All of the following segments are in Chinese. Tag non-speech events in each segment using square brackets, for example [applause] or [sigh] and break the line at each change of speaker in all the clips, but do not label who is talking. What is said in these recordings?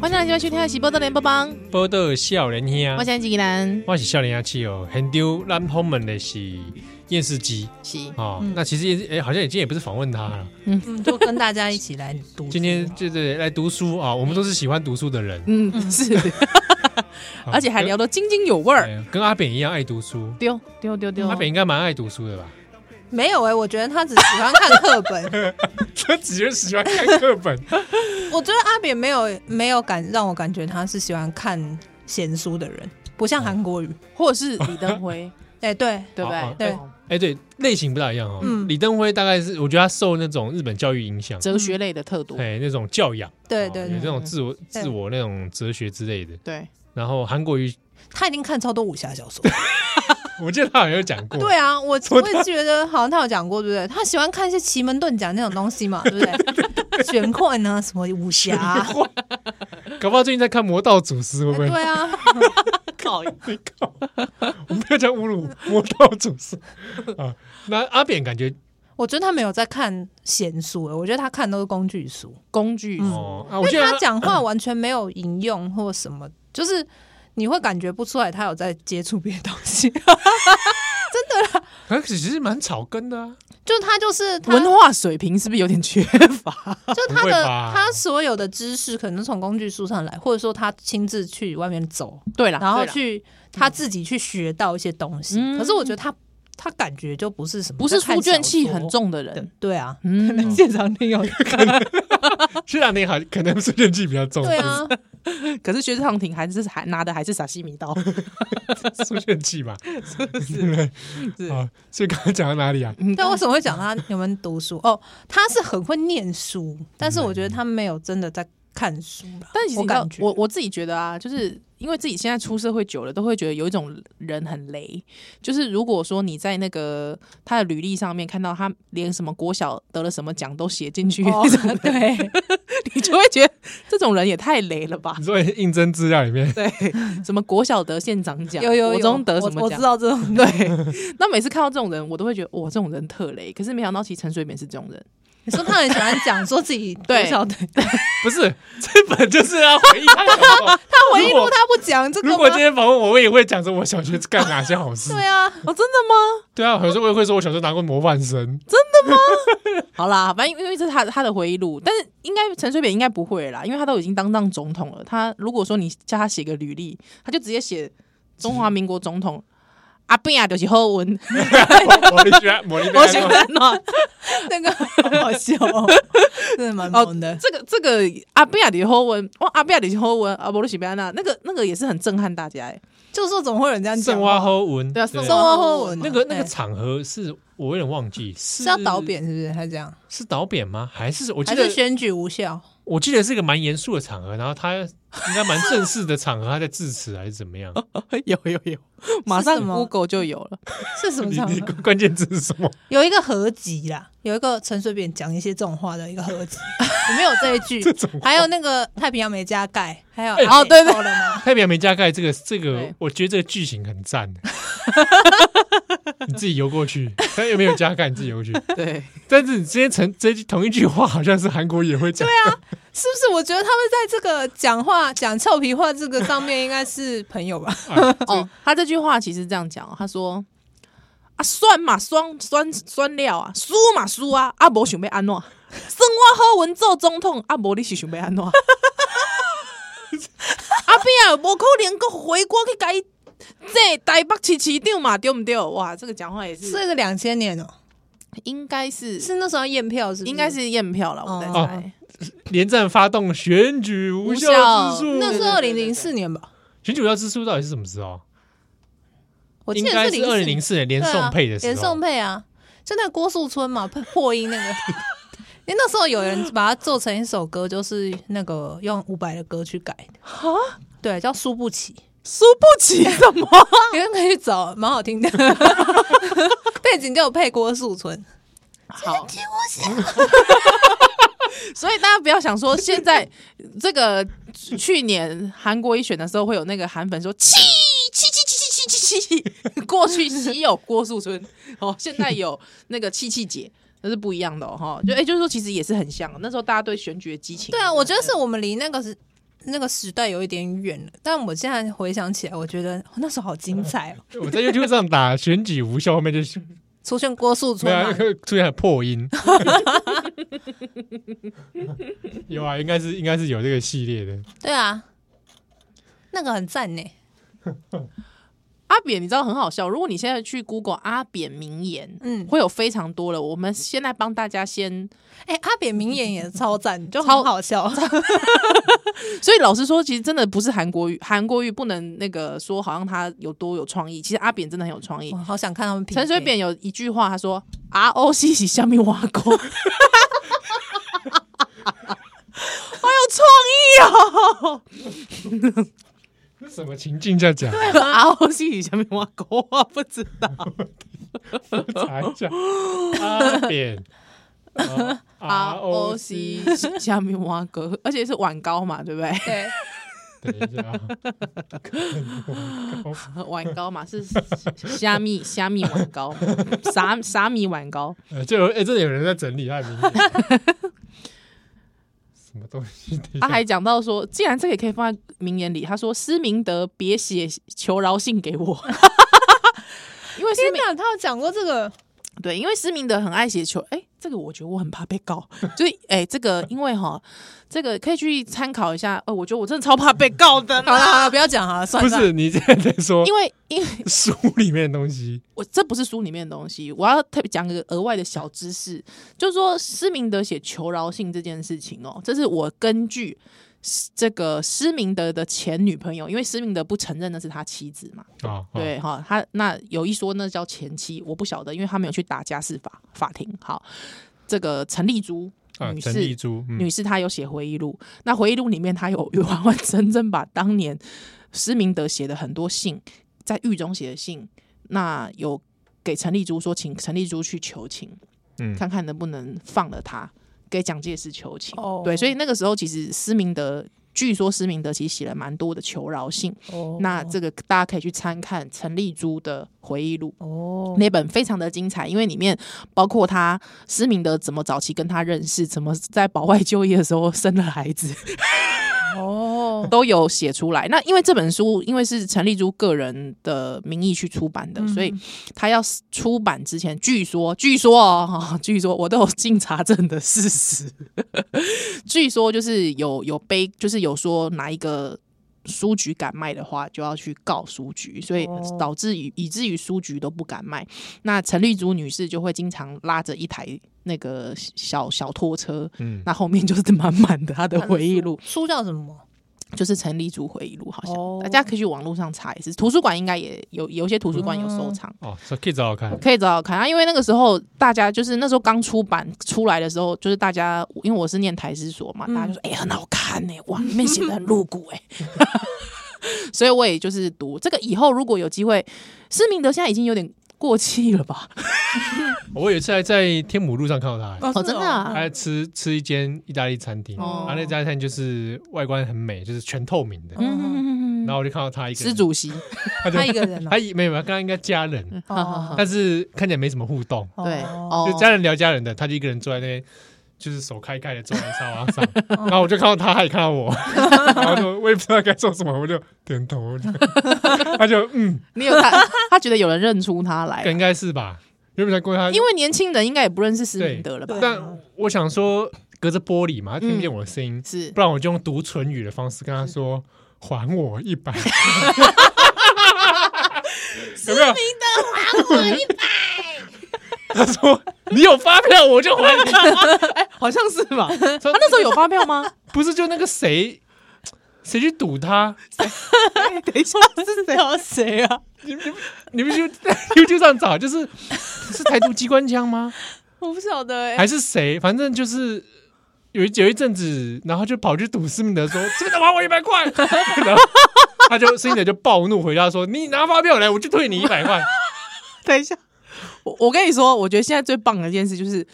欢收听的是《波多连播帮》，
报道少年
[laughs]
兄，
我是吉兰，
啊我是少年兄气哦，很丢咱朋们的是验视机
是
哦。
嗯
那其实也是，哎，好像已经也不是访问他了，
嗯，就跟大家一起来读书啊。
今天对对来读书啊，我们都是喜欢读书的人，哦
嗯
[laughs]
是，而且还聊得津津有味儿。
哎跟阿扁一样爱读书。
哦
丢丢丢丢
阿，扁应该蛮爱读书的吧？
没有哎、我觉得他只喜欢看课本。
[laughs]
[laughs]
他只是喜欢看课本，
我觉得阿扁没有没有感让我感觉他是喜欢看闲书的人，不像韩国语。
或是李登
[laughs]
辉，
哎、对，
对不
好好
对？
对
[laughs] 哎，对，类型不大一样哦。
嗯
李登辉大概是，我觉得他受那种日本教育影响，
哲学类的特多，
哎，那种教养，
对
哦
对
有
对
这种自我自我那种哲学之类的。
对，
然后韩国瑜，
他一定看超多武侠小说。
我记得他好像有讲过，
[laughs] 对啊，我我也觉得好像他有讲过，对不对？他喜欢看一些奇门遁甲那种东西嘛，对不对？玄幻啊，什么武侠啊、
搞不好最近在看《魔道祖师》，会不会？
对啊，
靠，
你靠！我不要讲侮辱魔道祖
[laughs]
师啊！那阿扁感觉
我觉得他没有在看闲书、哎我觉得他看都是工具书。
工具
哦啊，我
嗯因
觉
为
得
他讲话完全没有引用或什么，就是你会感觉不出来他有在接触别的东西，
可是其实蛮草根的啊，
[laughs] 就他就是 [laughs] 他，
文化水平是不是有点缺乏？ [laughs]
就
不
他
会
的
吧
他所有的知识可能从工具书上来，或者说他亲自去外面走，
对了，
然后
对啦
去他自己去学到一些东西。
嗯
可是我觉得他他感觉就不是什么，
不是
在看
书卷
小
气
说
很，重的人，
对啊，
嗯， [laughs]
现场听有
这两年好可能是怨气比较重，
对啊，
可是薛尚廷还是还拿的还是沙西米刀，
是怨气吧？
是
啊，所以刚刚讲到哪里啊？
嗯
[laughs] 对，为什么会讲他有没有读书？哦，他是很会念书，但
嗯
是我觉得他没有真的在看书啦。
但其实
我
你知道
感觉
我我自己觉得啊，就是因为自己现在出社会久了，都会觉得有一种人很雷。就是如果说你在那个他的履历上面看到他连什么国小得了什么奖都写进去，
哦对，
[laughs] 你就会觉得这种人也太雷了
[laughs] 啊
吧
你？说应征资料里面，
对，什么国小得县长奖，
有有有，
国中得什
我
么
我知
奖？
道这种
对，那每次看到这种人，我都会觉得哇，这种人特雷。可是没想到，其实陈水扁是这种人。
[laughs] 你说他很喜欢讲说自 [laughs] 己
对
多少的，
不是这本就是要回忆他小时候。
[laughs] 他回忆
如
录
果
他不讲这
如
个
果今
吗？
天访问我，我也会讲说我小学干哪些好事。
对啊，
哦，真的吗？
对啊，有时候我也会说我小时候拿过模范生。
好啦，反正因为这是他他的回忆录，但是应该陈水扁应该不会啦，因为他都已经当上总统了。他如果说你叫他写个履历，他就直接写中华民国总统。阿扁啊，就是好文，
[laughs] 我我你觉得我你
我喜欢哦。
那个好好笑哦， [laughs] 真的蛮萌的。
这个这个阿扁啊，就是好文，哇，阿扁啊，就是好文，阿波罗喜安娜，那个那个也是很震撼大家哎。
就说怎么会有人这样讲
圣
话？
蛙后文，
对啊
宋
圣蛙
花后文嘛
那个那个
对
场合是我有点忘记，是
是要倒扁是不是？还这样？
是导扁吗？还是我记
还
得
是选举无效？
我记得是一个蛮严肃的场合，然后他应该蛮正式的场合，他在致辞还是怎么样？
有有有，马上
是什么
Google 就有了。
[laughs] 是什么
你
场
你
合？
关键字是什么？
[laughs] 有一个合集啦，有一个陈水扁讲一些这种话的一个
[laughs]
合集，里面有这一句，还有那个太平洋没加盖，还 [laughs] 有
哦对对
了吗？
太平洋没加盖这个这个
对，
我觉得这个剧情很赞。 [laughs] 你自己游过去，他有没有加盖？你自己游过去。 [laughs]
对，
但是你今天成这一句同一句话，好像是韩国也会讲。对啊，
是不是？我觉得他们在这个讲话、讲俏皮话这个上面，应该是朋友吧？
哦，他这句话其实这样讲哦，他说啊，酸嘛酸酸酸料啊，输嘛输啊，啊无想要安怎， [laughs] 生我好文做总统，啊无你是想要安怎？ [laughs] 阿扁啊，无可能搁回国去改这台北市市长嘛，对不对？哇，这个讲话也是，
是个两千年哦、
应该是
是那时候要验啊票是不是？
应该是验票了，我在
哦
猜。
连战发动选举无效
无效
之术，
那是二
对对
零
对
零四年吧？
选举无效之术到底是什么时候？
我记
应
得
该
零啊
二零零四年连宋配的时候，
连宋配啊，就那个郭树春嘛，破 [laughs] 破音那个。因为那时候有人把它做成一首歌，就是那个用伍佰的歌去改的，对，叫《输不起
啊
输不起什么？》，
你们可以去找，蛮好听
[laughs]
的。 [laughs] 背景就有配郭树春，
好， [laughs] 所以大家不要想说现在这个去年韩国一选的时候会有那个韩粉说气气气气气气气气，过去稀有郭树春哦，现在有那个气气姐。那是不一样的哦，哈，就哎、就是说，其实也是很像。那时候大家对选举的激情，
对啊，我觉得是我们离那个时那个时代有一点远了，但我现在回想起来，我觉得、哦那时候好精彩哦，
我在 YouTube 上打“选举无效”，后面
[laughs]
就是
出现郭树
没
春
有啊
嘛，
出现破
[laughs]
音。有啊，应该是应该是有这个系列的。
对啊，那个很赞呢。
阿扁你知道很好笑，如果你现在去 Google 阿扁名言，
嗯，
会有非常多了。我们现在帮大家先，
哎、阿扁名言也超赞，就
超
很好笑。
所以老实说，其实真的不是韩国语，韩国语不能那个说好像他有多有创意，其实阿扁真的很有创意
我。好想看他们评。
陈水扁有一句话，他说 “ROC 是下面挖 [laughs] 沟”，好有创意哦
什么情境在讲？
啊
！ROC 是下面挖沟，我不知道。
我 [laughs] 查一
[laughs]
下。阿扁哦 [laughs] ROC，
ROC 是下面挖沟，而且是晚高嘛，对不对？
对，
等一下啊，看
晚高嘛是虾米虾米晚 [laughs] 高，啥啥米晚高？
呃，这有哎，这有人在整理他的名字。
[laughs]
什么东西？等一
他
下
还讲到说，既然这个也可以放在名言里，他说施明德别写求饶信给我， [laughs] 因为施
天
明
哪，他有讲过这个，
对，因为施明德很爱写求，哎、这个我觉得我很怕被告，就是哎、这个因为哈，这个可以去参考一下，呃，我觉得我真的超怕被告的
好了
啦，
好了，不要讲好啊了，算
不
了。
是你现在在说
因为因为
书里面的东西？
我这不是书里面的东西，我要特别讲个额外的小知识，就是说施明德写求饶信这件事情哦，这是我根据这个施明德的前女朋友，因为施明德不承认那是他妻子嘛，
啊，啊，
对哈，他那有一说那叫前妻，我不晓得，因为他没有去打家事法法庭。好，这个陈丽珠
啊，
女士
陈丽珠，嗯
女士她有写回忆录，那回忆录里面她有完完整整把当年施明德写的很多信，在狱中写的信，那有给陈丽珠说，请陈丽珠去求情，
嗯
看看能不能放了他，给蒋介石求情。
哦
对，所以那个时候其实施明德。据说施明德其实写了蛮多的求饶信，
哦
那这个大家可以去参看陈丽珠的回忆录。
哦，
那本非常的精彩，因为里面包括他施明德怎么早期跟他认识，怎么在保外就业的时候生了孩子，
哦，
都有写出来。那因为这本书因为是陈丽珠个人的名义去出版的，所以他要出版之前，据说据说哦， [laughs] 据说我都有经查证的事实， [laughs] 据说就是有有背，就是有说哪一个。书局敢卖的话，就要去告书局，所以
哦
导致于以至于书局都不敢卖。那陈丽珠女士就会经常拉着一台那个小小拖车，
嗯
那后面就是满满的她的回忆录。
书叫什么？
就是陈立珠回忆录，好像、
哦
大家可以去网络上查一次，图书馆应该也有有一些图书馆有收藏。
哦，这可以找找看。
可以找找看啊，因为那个时候大家就是那时候刚出版出来的时候，就是大家因为我是念台师所嘛，
嗯
大家就说哎、很好看呢、哇里面写的很露骨 [laughs] 哎、所以我也就是读这个以后如果有机会，施明德现在已经有点过气了吧？
我有一次还在天母路上看到他，
哦真的啊
他在吃吃一间意大利餐厅，
哦
啊，那家餐厅就是外观很美，就是全透明的。
嗯，
然后我就看到他一个人
施，主啊席，
他就
他一个人
他一没有没有，刚刚应该家人，
哦
但是看起来没什么互动，
[laughs] 对
哦，
哦
就，家人聊家人的，他就一个人坐在那边。就是手开开的坐在沙发上， [laughs] 然后我就看到他，他也看到我， [laughs] 然后就我也不知道该做什么，我就点头， [laughs] 我就他就嗯，
你有他， [laughs] 他觉得有人认出他来，
应该是吧，有没有在关他？
因为年轻人应该也不认识施明德了吧
对？
但我想说，隔着玻璃嘛，他听不见
嗯
我的声音，
是
不然我就用读唇语的方式跟他说：“还我一 [laughs] 百。”有没有？他说：“你有发票我就 [laughs] 还你。
好像是吧？他
说
那时候有发票吗？
不是就那个谁，谁去堵他？
[laughs] 等一下是谁？
要谁啊？
你们就 [laughs] YouTube 上找，就是是台独机关枪吗？
我不晓得
欸
哎、
还是谁？反正就是有一有一阵子，然后就跑去堵施明德说：“这个人还我一百块。”然后他就施明德就暴怒回答说：“你拿发票来，我就退你一百块。
等一下，我我跟你说，我觉得现在最棒的一件事就是。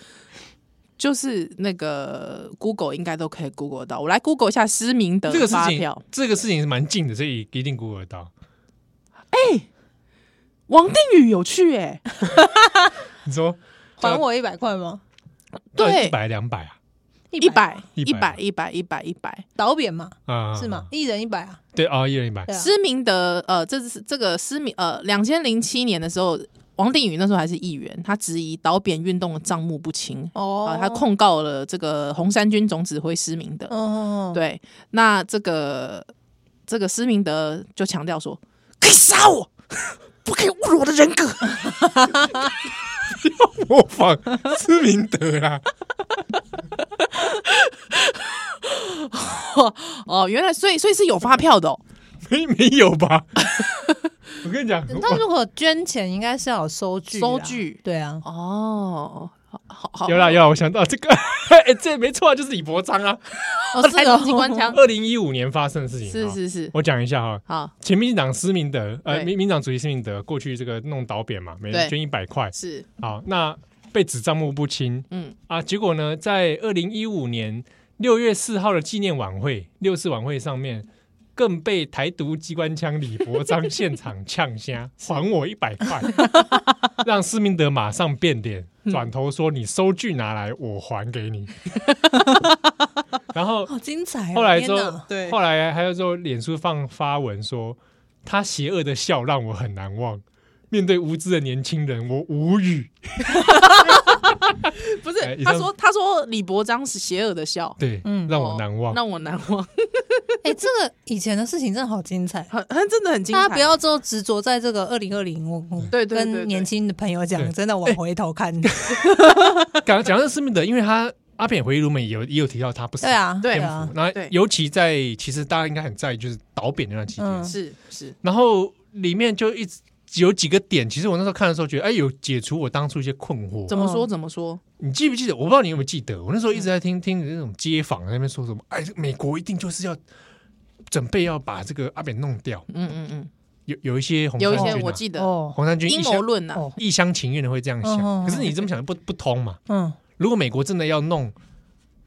就是那个 Google 应该都可以 Google 到，我来 Google 一下施明”德
这个事
发
情
票，，
这个事情是蛮近的，所以一定估得到。
王定宇有去哎、
你说呃
还我一百块吗？
对
一百两百啊？
一百一
100
百一百一百一百。
导扁嘛，
啊，
是吗？？一人一百啊，
对啊，一人一百
对啊，
施明德，呃，这是这个施明，呃，两千零七年的时候，王定宇那时候还是议员，他质疑倒扁运动的账目不清，啊、
哦，
他控告了这个红三军总指挥施明德。
哦，
对，那这个这个施明德就强调说，可以杀我， [laughs] 不可以侮辱我的人格。 [laughs]
模仿施明德啊啦，
哦，原来所以所以是有发票的哦。
没没有吧？我跟你讲，
他如果捐钱，应该是要有收据啦，
收据
对啊，
哦，好好好，
有啦有啦，我想到这个， [laughs] 哎，这没错啊，就是李伯章啊，
哦，
是
台
哦
[laughs] 中机关枪，
二零一五年发生的事情。
是啊
哈，
是是，
我讲一下哈。
好
前民进党施明德，呃，
对
民民进党主席施明德过去这个弄倒扁嘛，每人
对
捐一百块，
是，
好，那被指账目不清
嗯，
啊，结果呢，在二零一五年六月四号的纪念晚会，六四晚会上面，更被台独机关枪李伯章现场呛虾，
[laughs]
还我一百块，让施明德马上变脸，
嗯
转头说你收据拿来，我还给
[laughs]
你。然后
好精彩哦。
后来之
天哪
后，对，后来还有之后，脸书放发文说，他邪恶的笑让我很难忘。面对无知的年轻人，我无语。
[laughs] 不
哎以
是，
上
他说他说李伯章是邪恶的笑，
对，
嗯
让我难忘
哦。让我难忘，
[laughs] 哎，这个以前的事情真的好精彩。
很很真的很精
大
彩。
家不要之后执着在这个二零二零，我我
对对对
跟年轻的朋友
对
讲，真的往回头看，
讲讲到施明德，因为他阿扁回忆录里面也有也有提到他不少
[laughs] 对啊，
对
篇
啊
幅，，那
对
尤其在其实大家应该很在意就是倒扁那段期间，
嗯
是是，
然后里面就一直有几个点，其实我那时候看的时候觉得，哎，有解除我当初一些困惑。
怎么说
嗯
怎么说？
你记不记得？我不知道你有没有记得，我那时候一直在听听那种街坊在那边说什么，哎，这个美国一定就是要准备要把这个阿扁弄掉，
嗯嗯嗯，
有有一些红
有一
衫
些
军啊
我记得
哦，
红衫军
阴
一
谋
厢
论呐，
哦
一厢情愿的会这样
嗯嗯
想，
嗯
可是你这么想不不通嘛？
嗯，
如果美国真的要弄，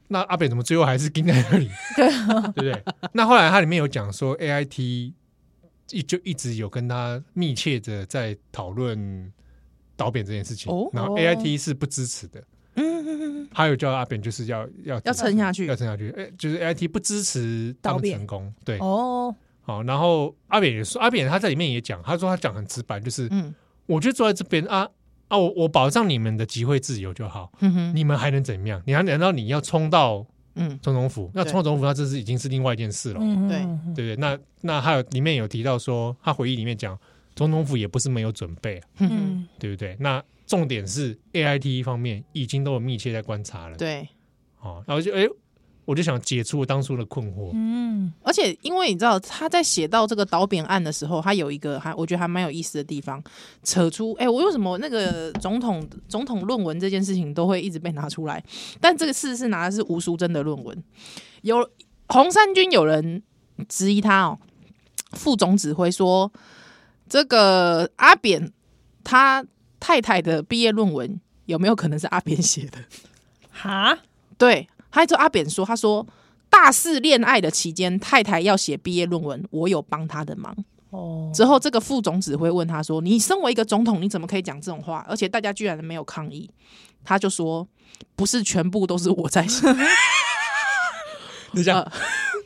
那阿北怎么最后还是盯在
[laughs]
那里？对不对？那后来它里面有讲说，A I T 一就一直有跟他密切的在讨论导扁这件事情，
哦
然后
哦
A I T 是不支持的。
嗯嗯嗯
还有叫阿扁就是要要
要撑下去
要撑下去。哎，就是 A I T 不支持他
导
们
扁
成功，对，
哦，
好。然后阿扁也说，阿扁他在里面也讲，他说他讲很直白，就是
嗯
我就坐在这边啊啊，我我保障你们的集会自由就好。
嗯哼
你们还能怎么样？你还难道你要冲到
嗯
总统府？那
对
冲到总统府，那这是已经是另外一件事了，
嗯，
对
嗯
对不对？那那还有里面有提到说，他回忆里面讲，总统府也不是没有准备，啊
嗯哼，
嗯，
对不对？那重点是 A I T 方面已经都有密切在观察了，
对。
哦，然后就哎，我就想解除我当初的困惑，
嗯，
而且，因为你知道他在写到这个导扁案的时候，他有一个还我觉得还蛮有意思的地方，扯出哎、我为什么那个总统总统论文这件事情都会一直被拿出来？但这个事是拿的是吴淑珍的论文，有红三军有人质疑他哦，副总指挥说这个阿扁他太太的毕业论文有没有可能是阿扁写的？
哈，
对，还有阿扁说，他说大四恋爱的期间，太太要写毕业论文，我有帮她的忙。
哦，
之后，这个副总指挥问他说：“你身为一个总统，你怎么可以讲这种话？而且大家居然没有抗议。”他就说：“不是全部都是我在写。
就像
呃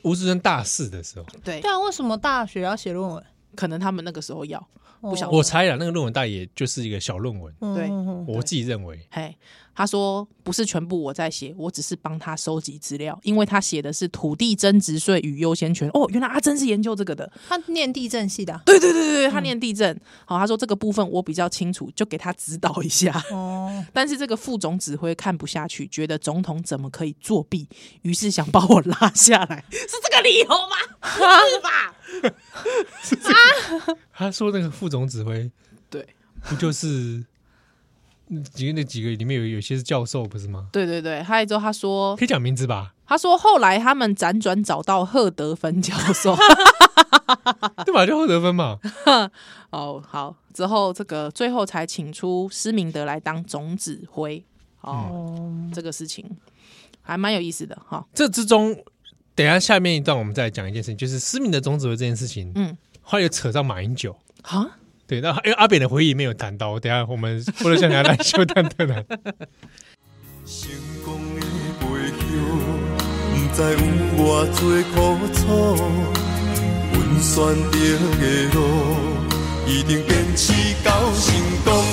吴志珍大四的时候，”
对
对，啊，为什么大学要写论文？
可能他们那个时候要不想
哦
我猜了啊那个论文大也就是一个小论文，
嗯
对
嗯嗯
我自己认为，
嘿，他说不是全部我在写，我只是帮他收集资料，因为他写的是土地增值税与优先权。哦，原来阿珍是研究这个的，
他念地震系的啊，
对对对对对，他念地震，好、他说这个部分我比较清楚，就给他指导一下。
哦，
但是这个副总指挥看不下去，觉得总统怎么可以作弊，于是想把我拉下来， [laughs] 是这个理由吗？ [laughs] 是吧？
他说那个副总指挥
对
不就是 [laughs] 嗯几个那几个里面有有些是教授不是吗？
对对对，还有之后他说，
可以讲名字吧？
他说后来他们辗转找到赫德芬教授， [laughs]
对吧？就后得分嘛。
哦好，之后这个最后才请出施明德来当总指挥，哦，
哦，
这个事情还蛮有意思的哈、
这之中，等一下下面一段我们再讲一件事情，就是思明的总指挥这件事情，
嗯，
后来又扯到马英九。
啊，
对，那因为阿扁的回忆没有谈到，等一下我们或者向大家来修谈谈谈。
成功的背后，知有偌多苦楚，阮选择的路，一定坚持到成功。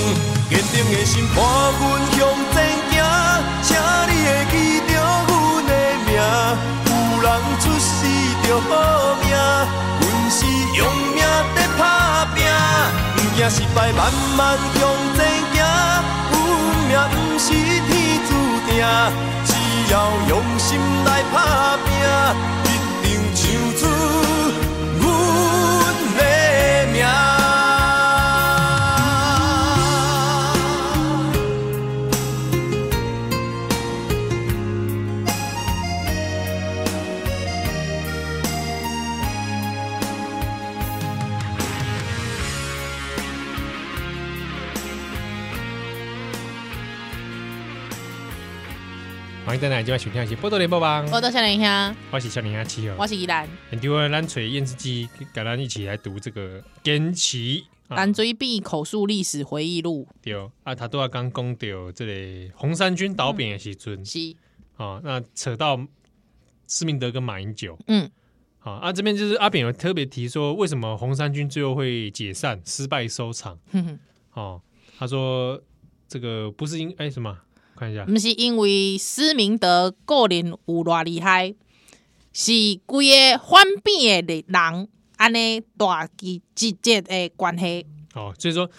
坚定的心看阮向前行，请你会记着阮的名。有人出世就好命，阮是用命在打拼，不惊失败，慢慢向前行。阮命不是天注定，只要用心来打拼，一定唱出阮的名。
欢迎回来，今晚收听的是《波多连播帮》，
我到夏林香，
我是小林阿七哦
我。是依兰，
很丢人，咱锤验尸机，跟咱一起来读这个《坚奇》啊。
蓝追避口述历史回忆录，
对啊，他都要刚讲到这里，红三军倒扁的时阵
是，
啊，那扯到施明德跟马英九
嗯，
啊，啊这边就是阿扁有特别提说，为什么红三军最后会解散、失败收场？
哼哼
哦，他说这个不是因哎什么？看一下，
嗯毋是因为施明德个人有偌厉害，是规个反变的人安尼大集集结的关系。
哦，所以说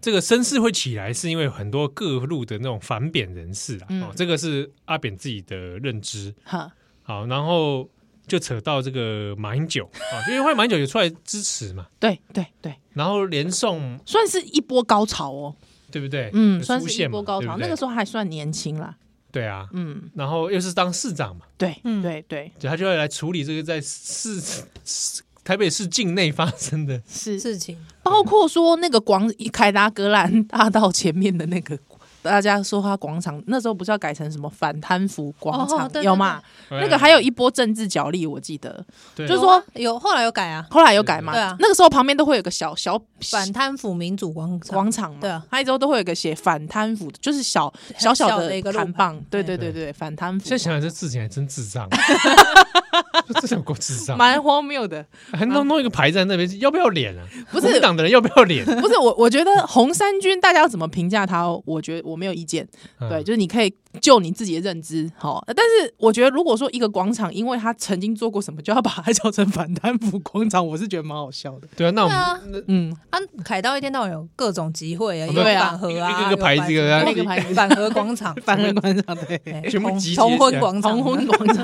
这个声势会起来，是因为很多各路的那种反扁人士啊，
嗯
哦，这个是阿扁自己的认知。
哈，
好，然后就扯到这个马英九啊，因为后来马英九有出来支持嘛，
对对对，
然后连宋
算是一波高潮哦。
对不对？
嗯，
有
算
出
是一
现嘛
波高潮。那个时
候
候还算年轻啦。
对啊，
嗯，
然后又是当市长嘛，
对，
嗯
对对
就他就要来处理这个在市市台北市境内发生的
是
事情，
包括说那个广凯达格兰大道前面的那个。大家说它广场那时候不是要改成什么反贪腐广场、
哦对对
有吗？那个还有一波政治角力，我记得
对
就是说
有后来有改啊，
后来有改嘛。
对啊
那个时候旁边都会有个小小
反贪腐民主广场
广，场嘛，
对啊，
它一周都会有个写反贪腐，就是小小
小的
的
一个路
弹棒，对对
对
对对，反贪腐
现在，想想这事情还真智
[laughs]
障，这种够智障，
蛮荒谬的。
还弄弄一个牌在那边，要不要脸啊？
不是
国民党的人要不要脸？啊
不是我，我觉得红三军大家要怎么评价他，我觉得我没有意见。
嗯
[laughs] 对，就是你可以就你自己的认知，好。但是我觉得，如果说一个广场，因为他曾经做过什么，就要把它叫成反贪腐广场，我是觉得蛮好笑的。
对啊，那我
对
们
啊，
嗯，
啊，凯道一天到晚有各种集会啊，有
对啊
反核啊，
哦一个一个牌子一个
一个牌子
反核
[laughs]
广场，
反正广场对，
哎
全部
同
集结
同
起
婚
来
广场，
黄
[laughs]
昏广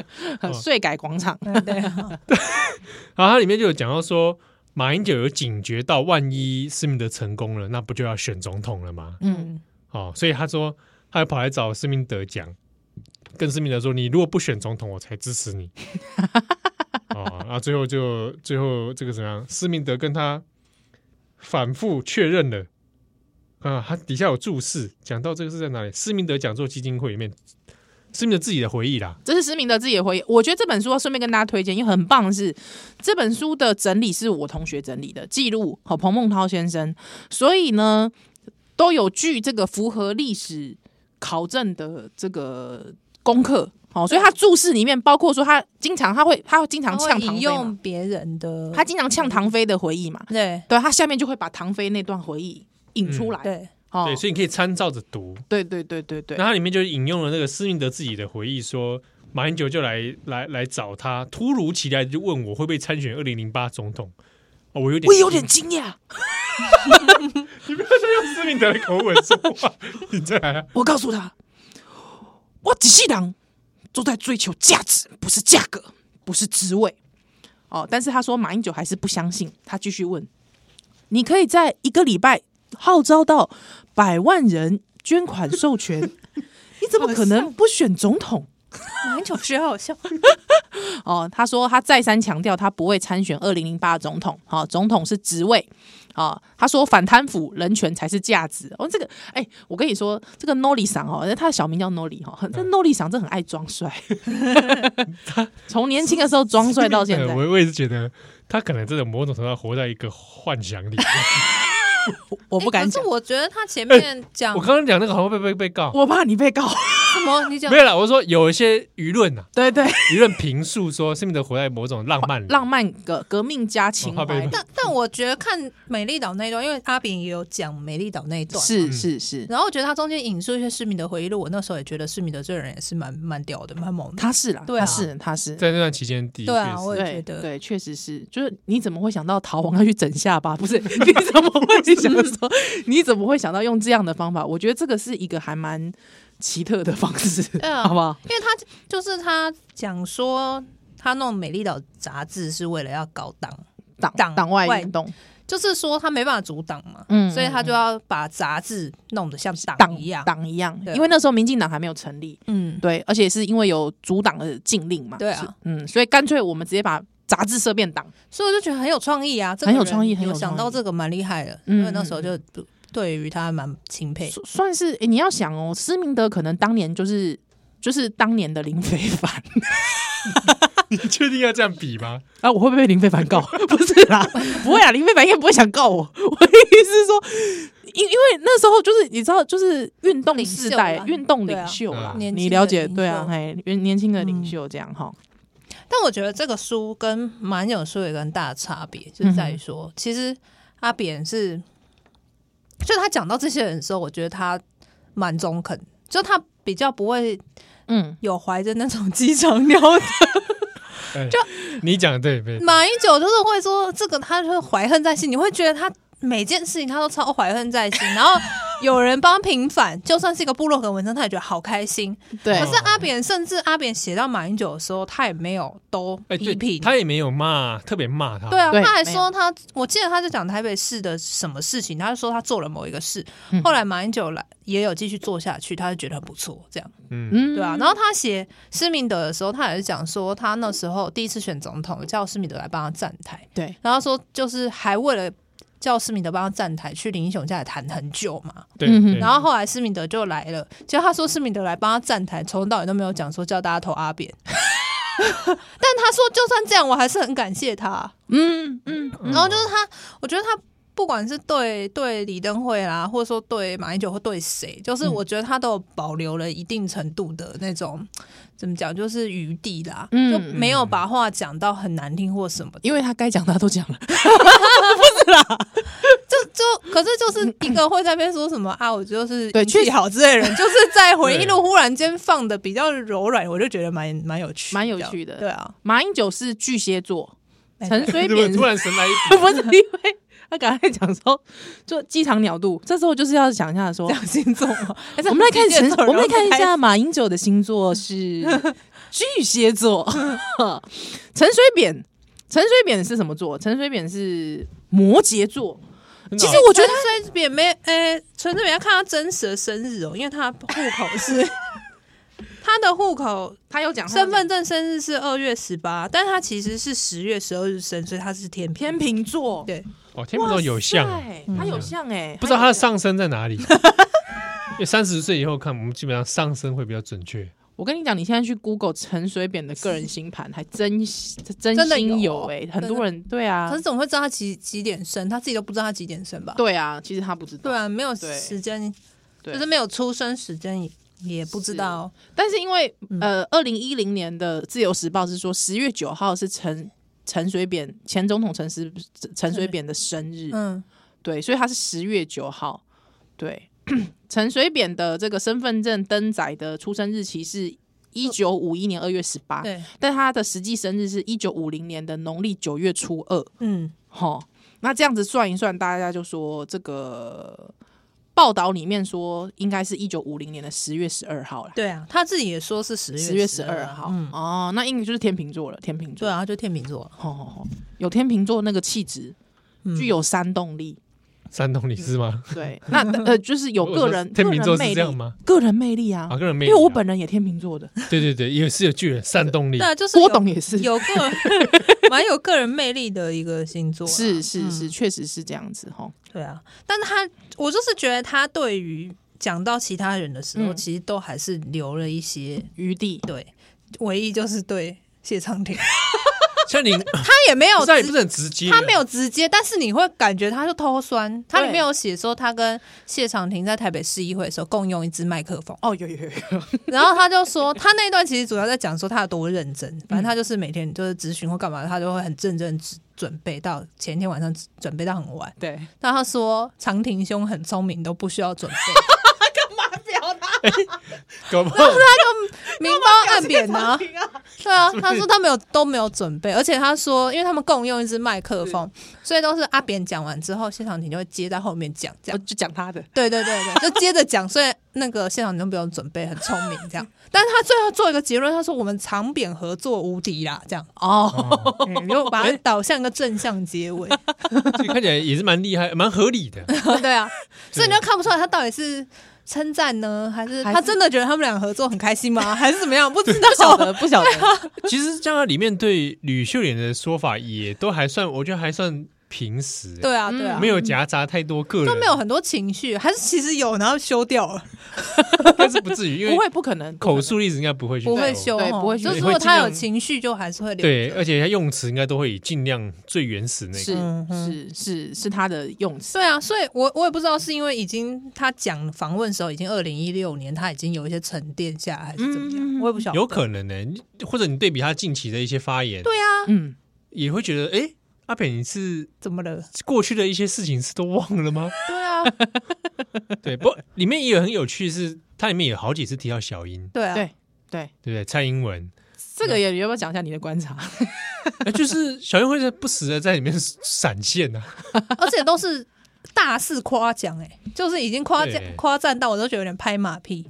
[laughs] 场，税改广场，
哎对啊，
[laughs] 然啊后它里面就有讲到说，马英九有警觉到，万一施明德成功了，那不就要选总统了吗？
嗯，
哦，所以他说，他还跑来找施明德讲，跟施明德说，你如果不选总统，我才支持你。哦，然后最后就最后这个怎么样？施明德跟他反复确认了。啊，他底下有注释，讲到这个是在哪里？施明德讲座基金会里面，施明德自己的回忆啦。
这是施明德自己的回忆。我觉得这本书要顺便跟大家推荐，因为很棒的是这本书的整理是我同学整理的记录，好彭孟涛先生，所以呢都有据这个符合历史考证的这个功课。好，所以他注释里面包括说他经常他会他会经常
他会
呛唐
引
飞嘛
用别人的，
他经常呛唐飞的回忆嘛，
对
对他下面就会把唐飞那段回忆引出来。[laughs]
嗯对，
哦
对，所以你可以参照着读。
对对对对对
那它里面就引用了那个施明德自己的回忆说。马英九就来来来找他，突如其来地就问我会不会参选二零零八总统，哦，我有点
我也有
[laughs]
点惊讶。
用施明德的口吻说话，你这还要
我告诉他，我只是人都在追求价值，不是价格，不是职位。哦，但是他说马英九还是不相信，他继续问：你可以在一个礼拜号召到百万人捐款授权，你怎么可能不选总统？
很久学好笑，
[laughs] 哦，他说他再三强调他不会参选二零零八总统，好、总统是职位，哦，他说反贪腐人权才是价值。哦，这个，哎、我跟你说，这个 Nolly 桑哦，他的小名叫 Nolly 哈、哦，
嗯
这 Nolly 桑真的很爱装
[laughs]
帅，从年轻的时候装帅到现在，
我我也是觉得他可能真的某种程度上活在一个幻想里。
我不敢
欸可
讲
是，我觉得他前面讲
哎我，刚刚讲那个好像会被被被告，
我怕你被告，
什么？你讲
没有啦，我说有一些舆论呐，
对对，
舆论评述说是不是活在某种浪漫里
浪漫革革命家情
哦怕被
怀，
但但我觉得看美丽岛那一段，因为阿炳也有讲美丽岛那一段，
嗯
是是是，
然后我觉得他中间引述一些市民的回忆录，我那时候也觉得市民的这个人也是蛮蛮屌的，蛮猛的。
他是啦，
对
他
啊
是他是，
在那段期间的确
对啊，
是
我也觉
对
得，
对，确实是，就是你怎么会想到逃亡要去整下巴？不是，你怎么
[laughs]
会想说？你怎么会想到用这样的方法？我觉得这个是一个还蛮奇特的方式，
啊
好不好？
因为他就是他讲说他弄美丽岛杂志是为了要搞党，
党
党
党外
外
运动，
就是说他没办法阻挡嘛，
嗯
所以他就要把杂志弄得像党
党
一样，
党一样，
对
因为那时候民进党还没有成立，
嗯，
对，而且是因为有阻党的禁令嘛，
对啊
是，嗯，所以干脆我们直接把杂志社变党，
所以我就觉得很有创意啊，这个
很有
人
创意很
有
有
想
创
到
意
这个蛮厉害的，
嗯
因为那时候就对于他蛮钦佩，
算算是、诶你要想哦，施明德可能当年就是就是当年的林非凡
[laughs] 你确定要这样比吗？
啊，我会不会被林非凡 [laughs] 告？不是啦，不会啦，啊林非凡应该不会想告我， [laughs] 我的意思是说。因因为那时候就是你知道，就是运动
领袖
世代
啦，
运动
对
领
啊
袖啦，
年轻
你
的
了解
领
对啊嗯
袖，
嘿，年年轻的领袖这样哈，
但我觉得这个书跟蛮有书有一个很大的差别，就是在于说，
嗯
其实阿扁是，就他讲到这些人的时候，我觉得他蛮中肯，就他比较不会
嗯，
有怀着那种鸡肠鸟的。
就哎你讲的对，对
马英九就是会说这个，他就是怀恨在心，你会觉得他每件事情他都超怀恨在心，然后有人帮他平反，就算是一个部落格文章，他也觉得好开心。
对
可，是阿扁，甚至阿扁写到马英九的时候，他也没有都
哎，
批
对，
评。
他也没有骂，特别骂他，
对啊，
对
他还
没
说
有
他，我记得他在讲台北市的什么事情，他就说他做了某一个事，
嗯
后来马英九来也有继续做下去，他就觉得很不错，这样
嗯，
嗯
对啊。然后他写施明德的时候，他也是讲说他那时候第一次选总统，叫施明德来帮他站台，
对，
然后他说就是还为了。叫施明德帮他站台，去林英雄家里谈很久嘛。
对
嗯哼
对，
然后后来施明德就来了，结果他说施明德来帮他站台，从头到尾都没有讲说叫大家投阿扁。 [laughs] 但他说就算这样，我还是很感谢他、
嗯嗯，
嗯
然后就是他，我觉得他不管是对对李登辉啦，或者说对马英九或对谁，就是
嗯
我觉得他都有保留了一定程度的那种怎么讲，就是余地啦，
嗯
就没有把话讲到很难听或什么的。
因为他该讲的他都讲了，
就可是就是一个会在那边说什么啊，我就是
对
运气
确实
好之类的人，就是在回忆录忽然间放的比较柔软，我就觉得蛮蛮有趣，
蛮有趣的
对啊，
马英九是巨蟹座，
哎
陈水
怎
[laughs]
么
扁
突然神来一笔？
不是因为他刚才讲说，就鸡肠鸟肚，这时候就是要想一下说，
讲星座
[laughs]
嘛，还是
我们来看
巨蟹
陈，
座
我们来
然后
看一
开
下马英九的星座
[laughs]
是巨蟹座， [laughs] 陈水扁，陈水扁是什么座？陈水扁是摩羯座。
真
其
的哦
实我觉得
啊他陈水扁没，呃、陈水扁要看他真实的生日哦，因为他户
[laughs]
口是他的户口
他有讲他有
身
讲
份证生日是二月十八，但他其实是十月十二日生，所以他是天
天
平。
秤座，
对，
哦，天秤座有像嗯
哇，塞他有像哎，
不知道他
有
的
像
上升在哪里。 [laughs] 因为三十岁以后看，我们基本上上升会比较准确。
我跟你讲，你现在去 Google 陈水扁的个人星盘，还真真
真的有
心
哦
有哎，很多人对啊
可是，总会知道他几几点生，他自己都不知道他几点生吧？
对啊，其实他不知道，
对啊，没有
对
时间，
对
就是没有出生时间也也不知道。
但是因为
嗯
呃，二零一零年的《自由时报》是说十月九号是陈陈水扁前总统陈时陈水扁的生日，
嗯，
对，所以他是十月九号。对， [clears throat] 陈水扁的这个身份证登载的出生日期是一九五一年二月十八，
对，
但他的实际生日是一九五零年的农历九月初二。
嗯，
哈，那这样子算一算，大家就说这个报道里面说应该是一九五零年的十月十二号啦。
对啊，他自己也说是十月
十月十二号、
嗯，
哦，那应该就是天秤座了，天秤座，
对啊，他就天秤座。
吼吼吼有天秤座那个气质，具有煽动力，
山东你是吗？
嗯对， [laughs] 那呃就是有
我
个
说
人
天秤座
个人魅
是这样
力，
吗？
个人魅力啊，
啊，个人魅
因
力啊。
为我本人也天秤座的，
对对对，也是有巨人山东力
对。啊，就是
郭
有
董也是，
有个蛮有个人魅力的一个星座啦，
是是是，
嗯
确实是这样子哈，吼
对啊。但是他，我就是觉得他对于讲到其他人的时候，
嗯
其实都还是留了一些
余地
对，唯一就是对谢长廷，
像你
他啊也没有
这样也
直
不是很直接，啊
他没有直接，但是你会感觉他是偷酸。他里
对，
面有写说，他跟谢长廷在台北市议会的时候共用一支麦克风
哦，有有有有，
然后他就说，他那一段其实主要在讲说他有多认真，反正他就是每天就是咨询或干嘛，他就会很认真地准备到前一天晚上准备到很晚。
对，
但他说长廷兄很聪明，都不需要准备，
表达
搞
[laughs]
不好
明褒暗贬呢、
停啊，
对啊，他说他没有都没有准备，而且他说，因为他们共用一支麦克风，所以都是阿扁讲完之后，谢长廷就会接在后面讲，这
我
样。
就讲他的，
对对对对，就接着讲。所以那个现场你都不用准备，很聪明这样。但是他最后做一个结论，他说我们长扁合作无敌啦，这样。 [laughs] 哦，你就把它导向一个正向结尾。
这看起来也是蛮厉害、蛮合理的。
[laughs] [laughs] 对啊，所以你就看不出来他到底是。称赞呢，还是
还是
他真的觉得他们俩合作很开心吗？还是怎么样？不知道
不，晓 [laughs] 得不晓得，
其实这样里面对吕秀莲的说法也都还算，我觉得还算平实，
对啊，对啊，
没有夹杂太多个人，
都没有很多情绪，还是其实有，然后修掉了，
应该是不至于，因
[laughs] 不
为
会不可能
口述历史应该不会去
不会
修
修，
对不会修
就是如果他有情绪，就还是会留。
对，而且他用词应该都会以尽量最原始那个。
是是是是他的用词，
对啊，所以我我也不知道是因为已经他讲访问的时候已经二零一六年，他已经有一些沉淀下来，还是怎么样？我也不晓得。
有可能呢、你或者你对比他近期的一些发言，
对啊，
嗯，
也会觉得，哎、阿扁你是
怎么了？
过去的一些事情是都忘了吗？
对啊，
[laughs] 对，不，里面也有很有趣是，它里面有好几次提到小英，
对啊，
对对，
对不对？蔡英文，
这个也你要不要讲一下你的观察？
哎就是小英会在不时的在里面闪现
[laughs]
啊，
而且都是大肆夸奖，哎，就是已经夸奖
对
夸赞到我都觉得有点拍马
[laughs]
屁。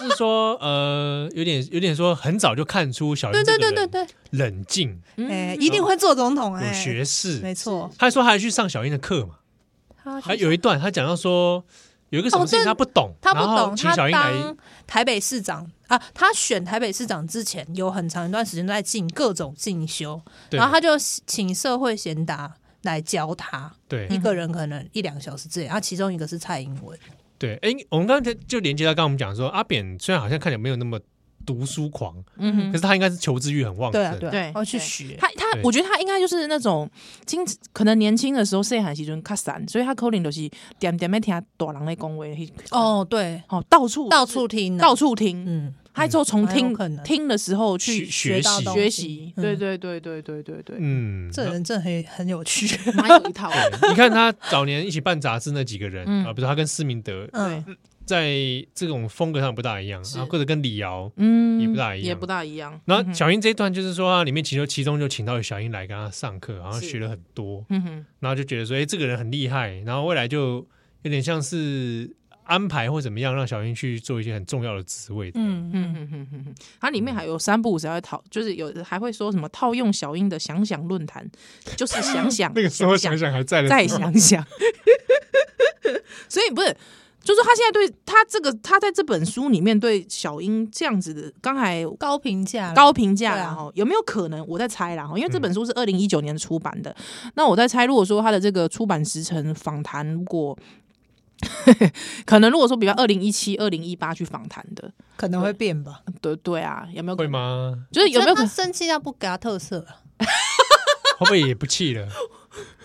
就是说，呃，有点有点说，很早就看出小英
对对
这个
对对
人
对，
冷静
哎，一定会做总统
有
哎，
学识，
没错，
他还说他还去上小英的课嘛，
他
还有一段他讲到说有一个什么事
哦
情
对
他不懂，
他不
然后
懂，
请
他
小英来
当台北市长啊，他选台北市长之前有很长一段时间都在进各种进修，
对
然后他就请社会贤达来教他，
对
一
嗯
个人可能一两个小时之类，然后其中一个是蔡英文，
对，哎、我们刚才就连接到刚刚我们讲说，阿扁虽然好像看起来没有那么读书狂，
嗯
可是他哦应该是求知欲很旺盛，
对啊对啊，
对
然后去
对
学，
他他
对，
我觉得他应该就是那种轻，可能年轻的时候细汉时阵较散，所以他可能就是点点在听大人的恭维，
哦对，
哦，到处
到处听啊，
到处听，
嗯，
他就从
蛮有
听
可能
听的时候
去
去
学
到
习
东西
学习，
嗯
对对对对对对对，
嗯，
这人真的很很
[laughs]
有趣，
蛮有一套的，
你看他早年一起办杂志那几个人
嗯
啊，比如他跟施明德
嗯，
在这种风格上不大一样，
是
然后或者跟李敖。
嗯
也不大一样
也不大一样，
然后小英这一段就是说、啊，里面其中其中就请到小英来跟他上课，然后
是
学了很多，
嗯哼，
然后就觉得说，哎，这个人很厉害，然后未来就有点像是安排或怎么样，让小英去做一些很重要的职位。嗯，
嗯
嗯
哼
嗯，
哼哼哼，它里面还有三不五时还会讨，就是有还会说什么套用小英的想想论坛，就是想想
[laughs] 那个时候想想还 [laughs] 在的时候，
再想想。 [laughs] 所以不是，就是他现在对他这个，他在这本书里面对小英这样子的，刚才
高评价，
高评价
对啊
然后有没有可能？我在猜啦，哈，哦因为这
嗯
本书是二零一九年出版的，那我在猜，如果说他的这个出版时程访谈，如果 [laughs] 可能，如果说比方二零一七、二零一八去访谈的，
可能会变吧，
对对啊，有没有可
会
能？
吗？
就是有没有
我觉
可
得他
能？
生气到不给他特色啊？
会不会也不气了？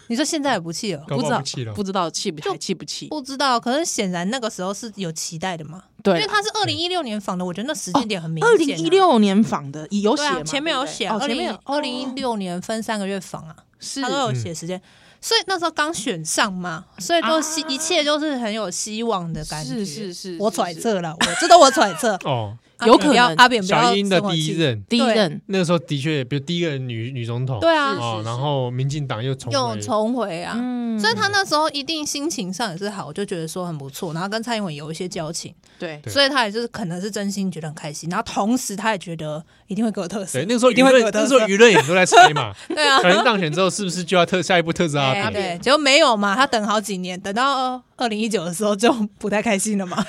你说现在也不气哦。
搞
不
不
知道
好不气了，，
不知道气不
就
还气不气？
不知道，可是显然那个时候是有期待的嘛。
对
因为
啊，
他是二零一六年访的，我觉得那时间点很明
哦
显、啊
二零一，六年访的有写
对
嘛、
啊，前面有写，
啊对不对哦，
二
前面
零
有
二零一六年分三个月访啊，
是
他都有写时间，所以那时候刚选上嘛，所以都希、一切就是很有希望的感觉。
是是是，
我
是
揣，
是
测了，我这都我揣测
哦，
阿扁
有可能
不要阿扁不要
小英的
生我
第一
气，
任，
第一
对
任
那个时候的确，比如第一个女女总统，
对啊，
哦
是，是
然后民进党又重
又
回，
重回啊。
嗯
所以他那时候一定心情上也是好，就觉得说很不错，然后跟蔡英文有一些交情，
对
对
所以他也就是可能是真心觉得很开心，然后同时他也觉得一定会给我特色
对，，那个时候舆
一定会
论
有，特
那
色
时候舆论也都在吹嘛。 [laughs]
对啊，
小英当选之后，是不是就要特下一步特制阿
哎
扁？
对，结果没有嘛，他等好几年，等到二零一九的时候就不太开心了嘛。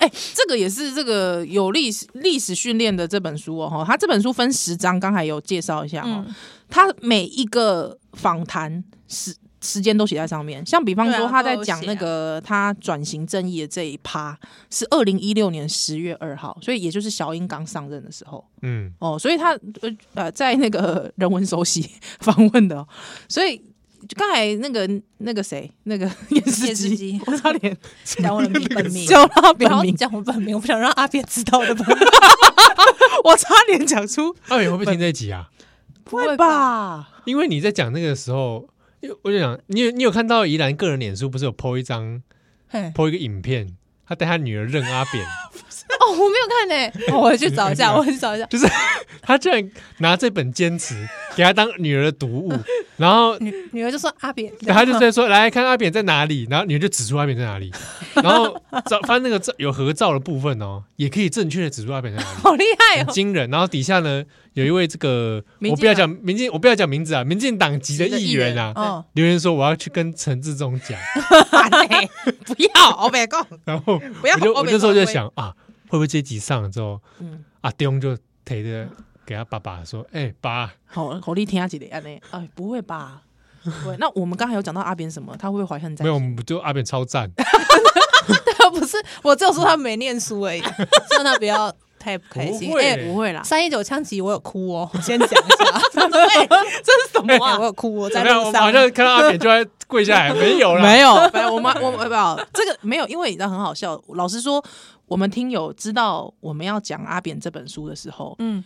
哎、这个也是这个有历史历史训练的这本书哦，哈，它这本书
嗯
分十章，刚才有介绍一下哦，它每一个访谈是时间都写在上面。像比方
对
说，
啊
他
都
在
有
讲
写
那
啊
个他转型正义的这一趴是二零一六年十月二号，所以也就是小英刚上任的时候
嗯，
哦，所以他呃呃在那个人文首席访问的、哦，所以。就刚才那个那个谁，那个电视
电视
机
机，
我差点
[laughs]
讲我的本
[laughs]
名，
叫他
不
本
要
名，
讲我本名，我不想让阿扁知道我的本 [laughs] 名，
我差点讲出，
阿伟会不会听这一集啊？
不会？吧？
[laughs] 因为你在讲那个的时候，因为我就想，你有你有看到宜兰个人脸书不是有 po 一张
嘿
po 一个影片，他带他女儿认阿 [laughs] 扁，
哦，我没有看欸呢、哦我回去找一下，我回去找一下。
就是他居然拿这本坚持给他当女儿的读物， [laughs] 然后
女女儿就说阿扁，
他就在说来看阿扁在哪里，然后女儿就指出阿扁在哪里， [laughs] 然后照翻那个照有合照的部分哦，也可以正确的指出阿扁在哪
[laughs]
里。
好厉害
很
哦，
惊人。然后底下呢，有一位这个
民进党
我不要讲民进，我不要讲名字啊，民进党籍的议员啊，
哦，
留言说我要去跟陈志忠讲，
[laughs] 哎不要，我没讲，
然后
不要
我就
我
我
没
那时候
说
就
会
想啊，会不会这集上了之后，
嗯
阿东啊就提着给他爸爸说，哎爸，
好，口力听下几的安内，哎，不会吧？不会。那我们刚才有讲到阿扁什么，他会不会怀恨在
没有，我
心？
们就阿扁
[laughs]
超赞，
他不是，我只有说他没念书 [laughs] 而已，让他不要太不开心。
不会
哎
不会啦。
三一九枪击我有哭哦，我先讲一下， [laughs] 对，
这是什
哎我有哭，我在
没有，我
路
们好
上，
像看到阿扁就在跪下
[laughs]
来，没有啦，
没有，没有，我们我我不要这个没有，因为你知道很好笑。老实说，我们听友知道我们要讲阿扁这本书的时候，
嗯，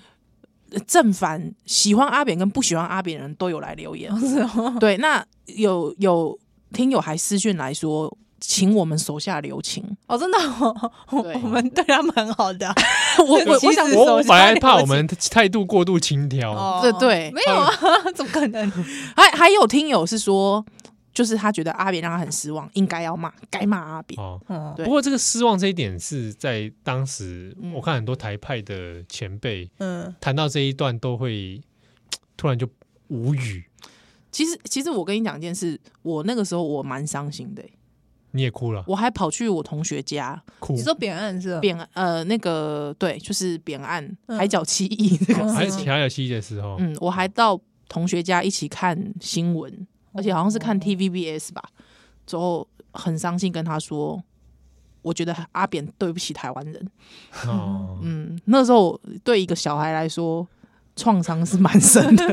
呃正反喜欢阿扁跟不喜欢阿扁的人都有来留言。
[laughs] 是哦，
对，那有有听友还私讯来说，请我们手下留
[laughs]
情。
哦，真的哦，我
对
我们对他蛮好的啊，
我我我想
其实
我我本来怕我们态度过度轻佻，
哦
[laughs] 对对
没有啊， [laughs] 怎么可能？
还还有听友是说，就是他觉得阿扁让他很失望，应该要骂，该骂阿扁。
哦。
哦，
嗯对
不过这个失望这一点是在当时
嗯，
我看很多台派的前辈
嗯，
谈到这一段都会突然就无语，
其实，其实我跟你讲一件事，我那个时候我蛮伤心的欸、
你也哭了，
我还跑去我同学家
哭
你。说扁案是吧？
扁呃那个对，就是扁案
嗯
海角七亿这个
嗯
事
还
情。
调小西的时候，
嗯，我还到同学家一起看新闻，而且好像是
哦
看 TVBS 吧，之后很伤心跟他说。我觉得阿扁对不起台湾人。
哦，
嗯，那时候对一个小孩来说，创伤是蛮深
[laughs]
的。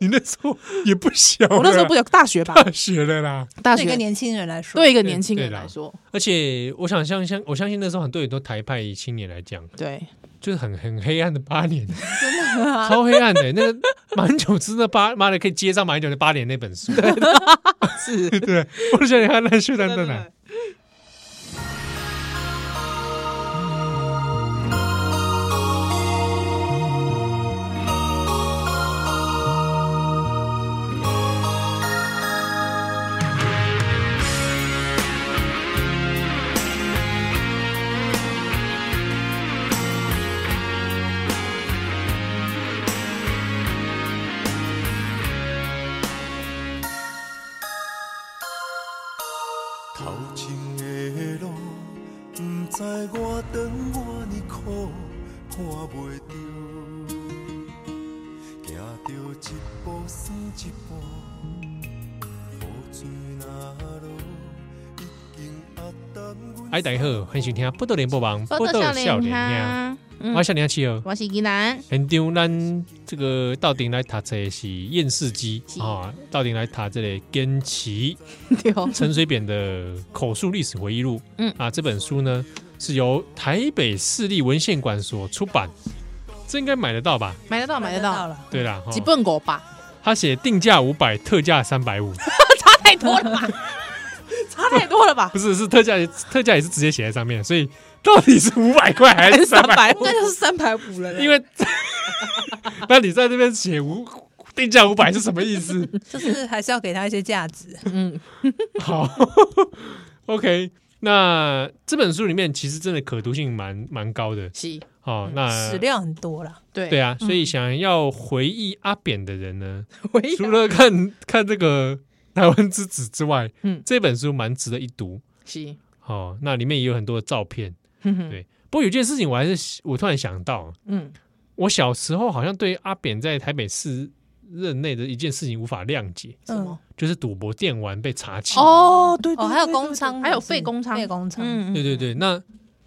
你那时候也不小了，
我那时候不有大学吧，
大学了啦。
大
对一个
学
年轻人来说，
对一个年轻人
啊对啦
来说，
而且我想相相，我相信那时候很对很多台派青年来讲，
对
就是很很黑暗的八年，
真的啊，
超黑暗的。那个马英九真的八妈的可以接上马英九的八年那本书， [laughs]
是
对，我就想想看那秀丹在哪。
头前的路，不知我长我呢苦，看袂着，行着一步算一步，雨水若落，已经压淡阮。
哎，大家好，欢迎收听《波多连播网》，波多笑脸呀，，
嗯
我笑脸七哦。
我是吉南，
现场咱这个到顶来读册的是验视机
是
啊，到顶来读这个坚奇
[laughs] 对哦，
[laughs] 陈水扁的口述历史回忆录，
嗯
啊，这本书呢是由台北市立文献馆所出版，这应该买得到吧？
[laughs] 买得到 [laughs] 买得到，
了，
对啦，
嗯
哈
几本狗吧，
他写定价五百，特价三百五， [laughs]
差太多了吧， [laughs] 差太多了吧，
不是是特价，特价也是直接写在上面，所以到底是五百块还是三百？
百
应该就是三百五了，
因为 [laughs] 那你在这边写五定价五百是什么意思？ [laughs]
就是还是要给他一些价值。
嗯，
好 [laughs] ，OK，那这本书里面其实真的可读性蛮蛮高的。
嗯是，
好、哦，
史
那
料很多啦，
对
对，啊，所以想要回忆阿扁的
[laughs]
人呢，
回忆
除了看看这个《台湾之子》之外，
嗯
这本书蛮值得一读。
是，
哦，那里面也有很多的照片。
哼哼
对不过有件事情，我还是我突然想到，
嗯，
我小时候好像对阿扁在台北市任内的一件事情无法谅解，
什么？
就是赌博电玩被查起。
哦，对
哦，还有工仓，
还有废工仓，
废工仓，
嗯，
对对对，那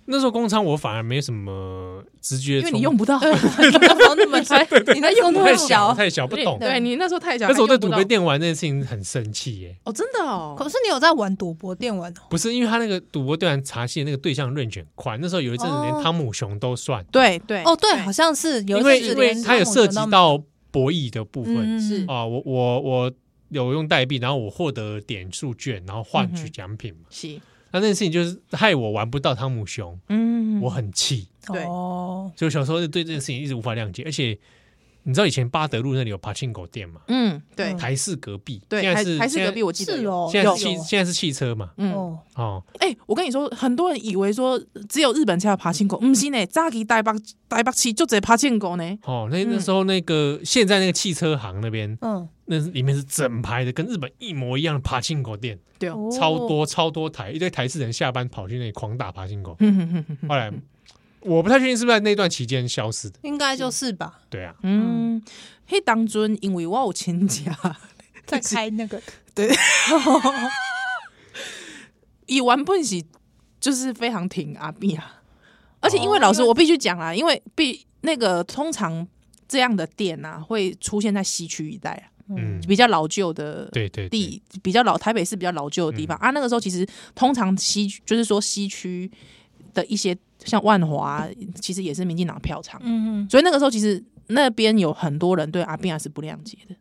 那时候工仓我反而没什么直觉
因
冲，
为你用不
[laughs]
到，
[laughs]
然后那么才，你在用那
太
么
小
小，
太小不懂。
对你那时候太小，
但是我对赌
还
博
用不到
电玩这件事情很生气耶，
哦，真的哦，
可是你有在玩赌博电玩哦？
不是因为他那个赌博电玩查系那个对象 range 很宽，那时候有一阵子连
哦
汤姆熊都算，
对对
哦，对，好像是有一
因为
次
因为
连
它有
汤姆
涉
熊
及
都
到博弈的部分
嗯
是
啊，我我我有用代币，然后我获得点数券，然后换
嗯
取
哼
奖品嘛。
是，
那那件事情就是害我玩不到汤姆熊，
嗯
我很气，
对
哦，
所以我小时候就对这件事情一直无法谅解。而且你知道以前巴德路那里有爬进狗店嘛，
嗯，对
台式隔壁，
对，
现在
还
是
还是隔壁，我记得
是
有，
哦，
现在
有
是汽现在是汽车嘛，
嗯，
哦，
哦，
哎，我跟你说，很多人以为说只有日本才有爬进狗，不是呢，早期台北台北市就只爬进狗呢，
哦，那
嗯
那时候那个现在那个汽车行那边，
嗯，
那里面是整排的，跟日本一模一样的爬行狗店，
对哦，
超多超多台，一堆台式人下班跑去那里狂打
[laughs]
爬行狗。
嗯哼哼哼哼
后来我不太确定是不是在那段期间消失的，
应该就
[laughs]
是吧，
对啊，
嗯，迄当阵因为我有亲戚，啊
在开那个，
[laughs] 伊原本是就是非常挺阿碧啊，而且因为老师我必须讲啦，因为必那个通常这样的店啊会出现在西区一带啊，
嗯，
比较老旧的
对对对，
地比较老台北市比较老旧的地方、啊。那个时候其实通常西区就是说西区的一些像万华，啊其实也是民进党票仓，
嗯嗯，
所以那个时候其实那边有很多人对阿碧亚是不谅解的。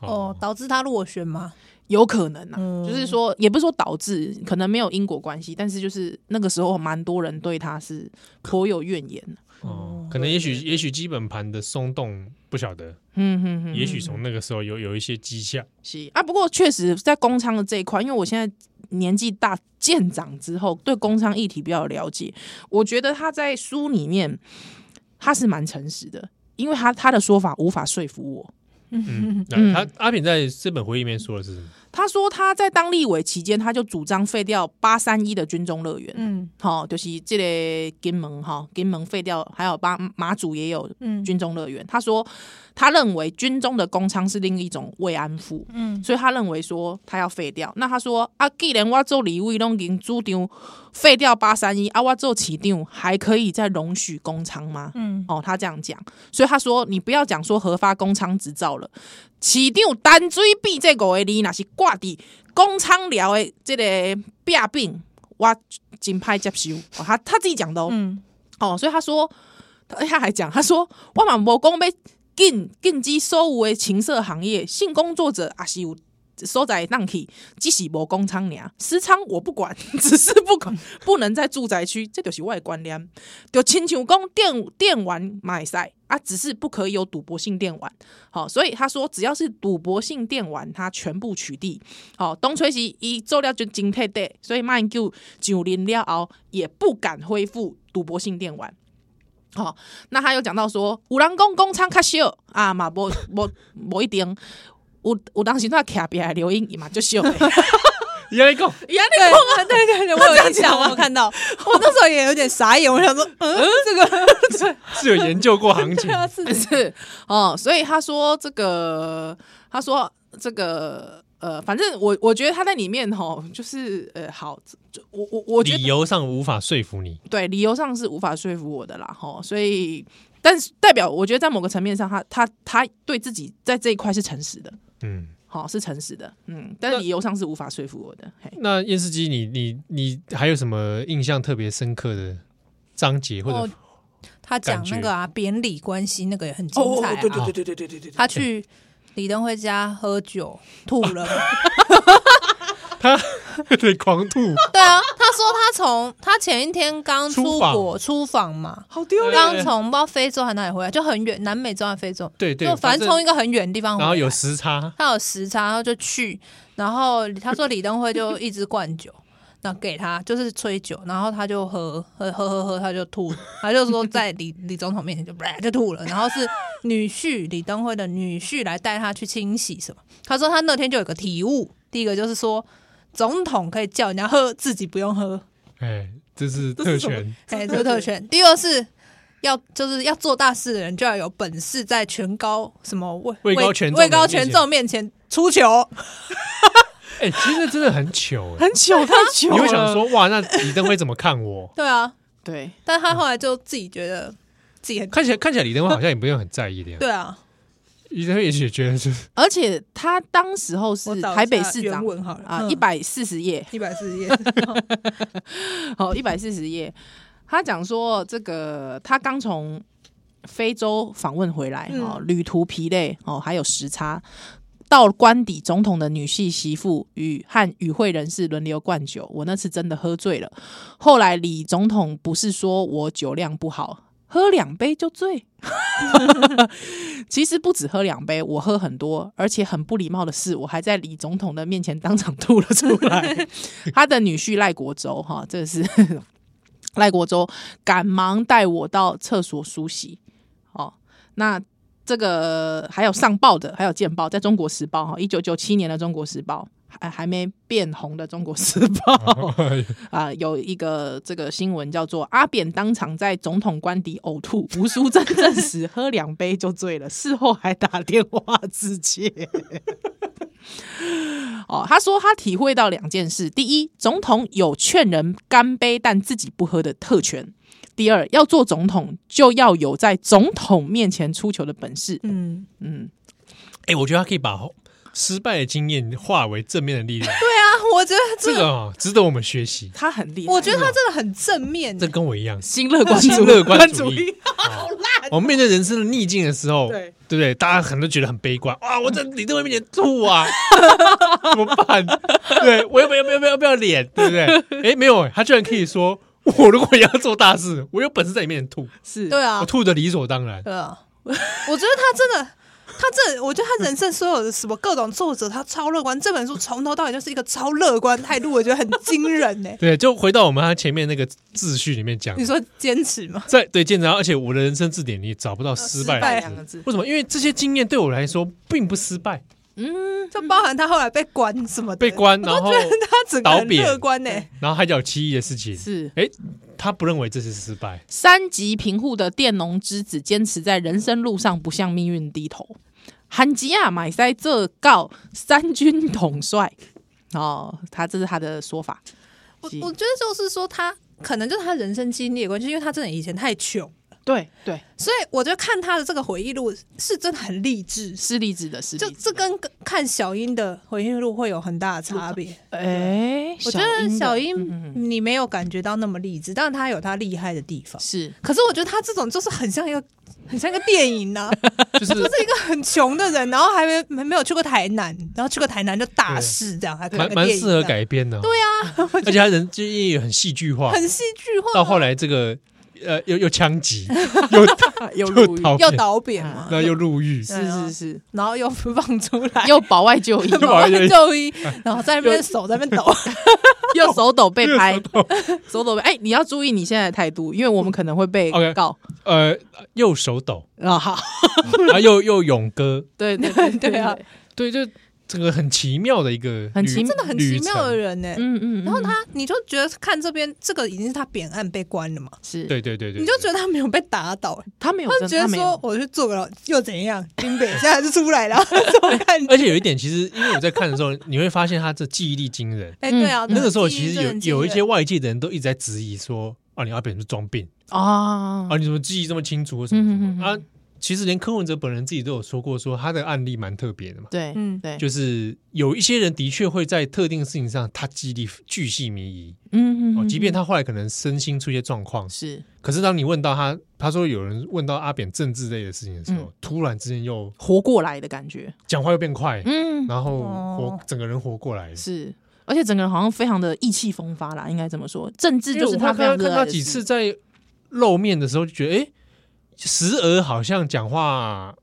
哦，导致他落选吗？
有可能啊，
嗯
就是说，也不是说导致，可能没有因果关系，但是就是那个时候蛮多人对他是颇有怨言的。
哦，可能也许也许基本盘的松动不晓得，
嗯哼哼，
也许从那个时候有有一些迹象，
是啊，不过确实在工商的这一块，因为我现在年纪大渐长之后，对工商议题比较有了解，我觉得他在书里面他是蛮诚实的，因为他他的说法无法说服我。
嗯，
嗯
那他阿平在这本回忆里面说的是什么？ [laughs]
他说他在当立委期间，他就主张废掉八三一的军中乐园。
嗯
吼、就是这个金门哈、吼金门废掉，还有巴马祖也有
嗯
军中乐园。他说，他认为军中的公仓是另一种慰安妇，
嗯
所以他认为说他要废掉。那他说啊，既然我做李卫拢已经主张废掉八三一，啊，我做起定还可以再容许公仓吗？
嗯，
哦，他这样讲，所以他说你不要讲说核发工仓执照了，市场单水币这五个字若是挂伫工仓了的这个弊病，我真歹接受。哦、他他自己讲的哦，
嗯
哦，所以他说，他他还讲，他说我嘛无讲要禁禁止所有的情色行业，性工作者也是有。所在让去，只是无工仓尔，私仓我不管，只是不管不能在住宅区，这就是我的观念。就亲像讲电电玩买赛啊，只是不可以有赌博性电玩。好、所以他说只要是赌博性电玩，他全部取缔。好、哦东吹西伊做了就警惕的，所以马英九九零了后也不敢恢复赌博性电玩。好、那他又讲到说，有人讲工厂较小啊嘛，无 [laughs] 无无一定。有有当时那徛边留音伊嘛就小的，
你来讲，
伊安尼
对对对对，我有印象，我有看到，我那时候也有点傻眼，我想说，嗯，这个
是有研究过行情，
是
是哦，所以他说这个，他说这个，呃，反正我我觉得他在里面吼，就是呃，好，就我我 [laughs] 我觉
理
得
由上无法说服你，
对理由上是无法说服我的啦，吼，所以但是代表我觉得在某个层面上，他他他对自己在这一块是诚实的，
嗯。
好、是诚实的，嗯，但是
那
理由上是无法说服我的，
[laughs]
嘿，
那验尸机，你你你还有什么印象特别深刻的章节或者？
他讲那个啊，扁理关系那个也很精彩啊，对
哦
对对对对对他去李登辉家喝酒吐了，
他 [laughs] 对狂 [laughs] 吐，
[laughs] 对啊，他说他从他前一天刚
出
出
访
国出访嘛，
好丢
脸
刚从不知道非洲还哪里回来，就很远，南美洲还是非洲，
对对，
就反正从一个很远的地方回来，
然后有时差，
他有时差，然后就去，然后他说李登辉就一直灌酒，然后给他就是吹酒，然后他就喝喝喝喝喝，他就吐了，他就说在李 [laughs] 李总统面前就就吐了，然后是女婿李登辉的女婿来带他去清洗什么，他说他那天就有个体悟，第一个就是说总统可以叫人家喝，自己不用喝，
哎，这是特权，
哎，这个特权。第二是要就是要做大事的人，就要有本事在全高什么位
位高权重的
位高
面前
权重面前出球。
哎、其实真的很 [laughs] 糗哎、
很糗，太糗了。
你会想说哇，那李登辉怎么看我？
对啊，
对，
但他后来就自己觉得自己很
看起来看起来李登辉好像也不用很在意的样子。
对啊。
李登辉也许觉 [laughs] 得就是
而且他当时候
我
是
找一下
台北市长
原文好了嗯
啊，一百四十页，
一百四十页， [laughs] 啊
哦，一百四十页，他讲说这个他刚从非洲访问回来，
嗯
哦，旅途疲累，哦，还有时差。到官邸，总统的女婿媳妇与和与会人士轮流灌酒。我那次真的喝醉了。后来李总统不是说我酒量不好，喝两杯就醉。 [laughs] 其实不止喝两杯，我喝很多，而且很不礼貌的是，我还在李总统的面前当场吐了出来。 [laughs] 他的女婿赖国洲，哈，这是赖国洲赶忙带我到厕所梳洗。哦，那这个还有上报的，还有见报，在《中国时报》哈，一九九七年的《中国时报》还还没变红的《中国时报》
哦
啊、有一个这个新闻叫做“阿扁当场在总统官邸呕吐，吴淑珍证实喝两杯就醉了，事后还打电话致歉。” [laughs] 哦，他说他体会到两件事：第一，总统有劝人干杯但自己不喝的特权；第二，要做总统就要有在总统面前出糗的本事。
嗯，
嗯，
哎、我觉得他可以把失败的经验化为正面的力量，
对啊，我觉得这
这个啊、值得我们学习。
他很厉害，
我觉得他真的很正面，
这跟我 [laughs] 一样，
新乐观主义
新乐观主义
观
好 [laughs] 烂！我们哦面对人生的逆境的时候，
对
对不对？大家可能都觉得很悲观，哇！我在李登辉面前吐啊，怎么办？对我要不要不要不要不要脸，对不对？哎，没有，他居然可以说，我如果要做大事，我有本事在你面前吐，
是
对啊
我，吐的理所当然。
对啊，我觉得他真的，他这，我觉得他人生所有的什么各种作者，他超乐观。这本书从头到尾就是一个超乐观态度，我觉得很惊人
[laughs]
呢、
对，就回到我们他前面那个秩序里面讲的，
你说坚持吗？
在对见证，而且我的人生字典里找不到失败
失败
两个字
为什么？因为这些经验对我来说并不失败，
就包含他后来被关什么的，
被关，然后
他整个
倒
很
扁
乐观欸呢、
然后还有七亿的事情，
是
哎，他不认为这是失败。
三级贫户的佃农之子，坚持在人生路上不向命运低头。韩吉亚买塞这告三军统帅哦，他这是他的说法。
我
是
我觉得就是说他可能就是他人生经历的关系，因为他真的以前太穷，
对对，
所以我觉得看他的这个回忆录是真的很励志。
是励志的，是
就
励志
这跟看小英的回忆录会有很大的差别。
哎，
我觉得
的嗯
小英你没有感觉到那么励志，但她有她厉害的地方。
是
可是我觉得她这种就是很像一个很像一个电影呢、
就是
就是一个很穷的人，然后还没没没有去过台南，然后去过台南就大事这样，还拍
蛮
个
蛮
电影
适合
这样，
改编的。对啊， [laughs] 而且他人就也很戏剧化，
很戏剧化。
到后来这个呃又又枪
[laughs]
击，又
啊
[laughs] 又
又逃
又
避，
倒扁嘛，
那又入
[laughs]
狱，
是
啊
是是，
然后又放出来，
又保外就医，
保外就医
就医，然后在那边手在那边抖， [laughs]
又手抖被拍， [laughs] 手抖被哎，你要注意你现在的态度，因为我们可能会被
OK
告
呃又手抖，
啊。好，
然后又又勇哥，
对对对
[laughs] 对啊，
对，就这个很奇妙的一个旅，
很奇
真
真的很奇妙的。人呢、
嗯嗯，
然后
嗯
他，你就觉得看这边这个已经是他扁案被关了嘛，
是
对对对对，
你就觉得他没有被打倒、
他没有
他
真，
觉得
没有
说我去坐个牢又怎样？金北现在就
[laughs]
出来了，这种感觉。
而且有一点，其实因为我在看的时候，你会发现他这记忆力惊人。
哎，对啊，
嗯
那个时候其实有
[laughs] 记忆真的很惊人
有一些外界的人都一直在质疑说，啊，你阿扁是不是装病
啊
啊，你怎么记忆这么清楚，什么
嗯
什
嗯嗯嗯
么啊？其实连柯文哲本人自己都有说过，说他的案例蛮特别的嘛。
对，嗯
嗯
对，
就是有一些人的确会在特定的事情上，他记忆力巨细靡遗
嗯
哦，即便他后来可能身心出一些状况，
是
可是当你问到他，他说有人问到阿扁政治类的事情的时候，
嗯
突然之间又
活过来的感觉，
讲话又变快，
嗯，
然后活、
哦
整个人活过来。
是。而且整个人好像非常的意气风发啦，应该这么说？政治
因
就
为
是
我看
非常
他
热
看
爱
他
的
几
事
次在露面的时候，就觉得哎，诶时而好像讲话